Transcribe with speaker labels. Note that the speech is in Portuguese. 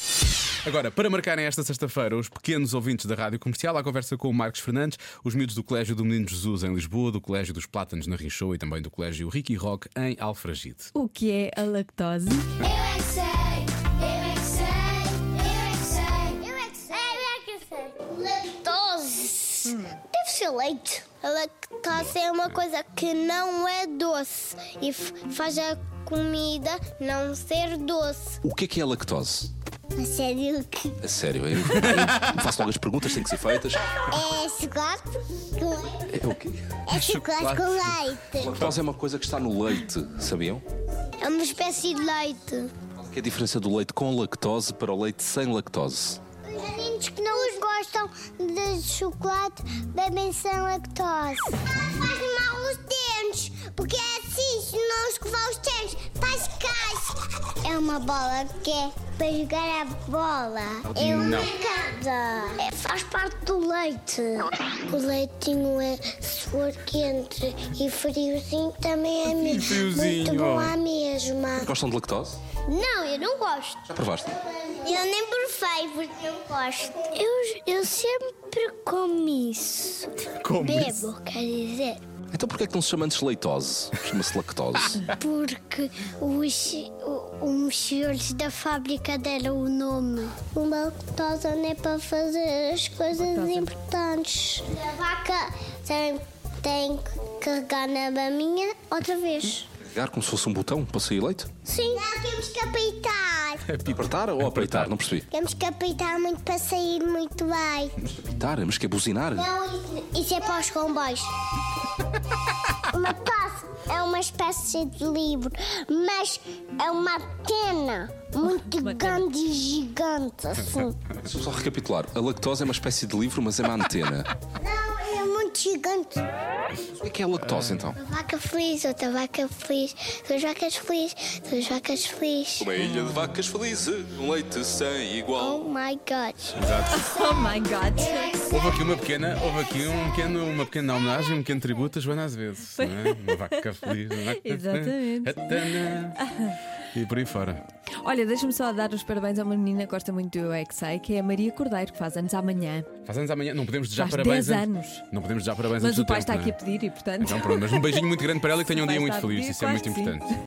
Speaker 1: Pois. Agora, para marcarem esta sexta-feira os pequenos ouvintes da Rádio Comercial, à conversa com o Marcos Fernandes, os miúdos do Colégio do Menino Jesus em Lisboa, do Colégio dos Plátanos na Rinchou e também do Colégio Ricky Rock em Alfragide.
Speaker 2: O que é a lactose?
Speaker 3: Eu é que sei, eu é que sei, eu é que sei, eu é que sei, eu é que sei. Lactose. Deve ser leite. A lactose é uma coisa que não é doce e f- faz a comida não ser doce.
Speaker 4: O que é que é a lactose?
Speaker 3: A sério que
Speaker 4: A sério, eu, eu faço logo as perguntas, têm que ser feitas.
Speaker 3: é chocolate com,
Speaker 4: É o quê?
Speaker 3: é chocolate com leite.
Speaker 4: Lactose é uma coisa que está no leite, sabiam?
Speaker 3: É uma espécie de leite.
Speaker 4: Qual é que é a diferença do leite com lactose para o leite sem lactose?
Speaker 3: Os meninos que não gostam de chocolate bebem sem lactose. Faz mal os dentes, porque é assim, se não escovar os dentes, faz caixa. É uma bola que é para jogar a bola. É uma casa. É, faz parte do leite. O leitinho é se for quente e friozinho também é mesmo.
Speaker 1: friozinho,
Speaker 3: Muito bom
Speaker 1: ó.
Speaker 3: à mesma.
Speaker 4: Gostam de lactose?
Speaker 3: Não, eu não gosto.
Speaker 4: Já provaste?
Speaker 3: Eu nem provei porque não gosto. Eu, eu sempre como isso.
Speaker 1: Como
Speaker 3: Bebo, quer dizer.
Speaker 4: Então porquê é que não se chama antes leitose? Chama-se lactose.
Speaker 3: Porque os, o- os senhores da fábrica deram o nome. Uma lactosa não é para fazer as coisas importantes. A vaca tem, tem que carregar na maminha outra vez.
Speaker 4: Pegar como se fosse um botão para sair leite?
Speaker 3: Sim. Não, temos que apitar.
Speaker 4: Apertar ou apreitar? Não percebi.
Speaker 3: Temos que apitar muito para sair muito bem.
Speaker 4: Apitar? Mas que é buzinar?
Speaker 3: Não, isso, isso é para os comboios. uma taça é uma espécie de livro, mas é uma antena muito grande e gigante, assim.
Speaker 4: Deixa-me só recapitular. A lactose é uma espécie de livro, mas é uma antena.
Speaker 3: Não, é muito gigante.
Speaker 4: O que é que é a lactose então?
Speaker 3: Uma vaca feliz, outra vaca feliz, duas vacas felizes, duas vacas felizes.
Speaker 4: Uma ilha de vacas felizes, um leite sem igual.
Speaker 3: Oh my God.
Speaker 2: Oh my god!
Speaker 1: Houve aqui uma pequena, houve aqui um pequeno, uma pequena homenagem, um pequeno tributo a Joana Azevedo. não é? Uma vaca feliz. Uma vaca
Speaker 2: Exatamente.
Speaker 1: Atana. E por aí fora.
Speaker 2: Olha, deixa-me só dar os parabéns a uma menina que gosta muito do XI, que é a Maria Cordeiro, que faz anos amanhã.
Speaker 1: Faz anos amanhã, não podemos desejar
Speaker 2: Faz
Speaker 1: parabéns.
Speaker 2: 10
Speaker 1: antes-
Speaker 2: anos.
Speaker 1: Não podemos desejar parabéns
Speaker 2: Mas
Speaker 1: antes do
Speaker 2: o pai
Speaker 1: tempo,
Speaker 2: está
Speaker 1: não é?
Speaker 2: aqui a pedir e, portanto.
Speaker 1: Então pronto, mas um beijinho muito grande para ela e que tenha um
Speaker 2: Vai
Speaker 1: dia muito
Speaker 2: estar a
Speaker 1: feliz,
Speaker 2: pedir,
Speaker 1: isso é muito
Speaker 2: claro que sim.
Speaker 1: importante.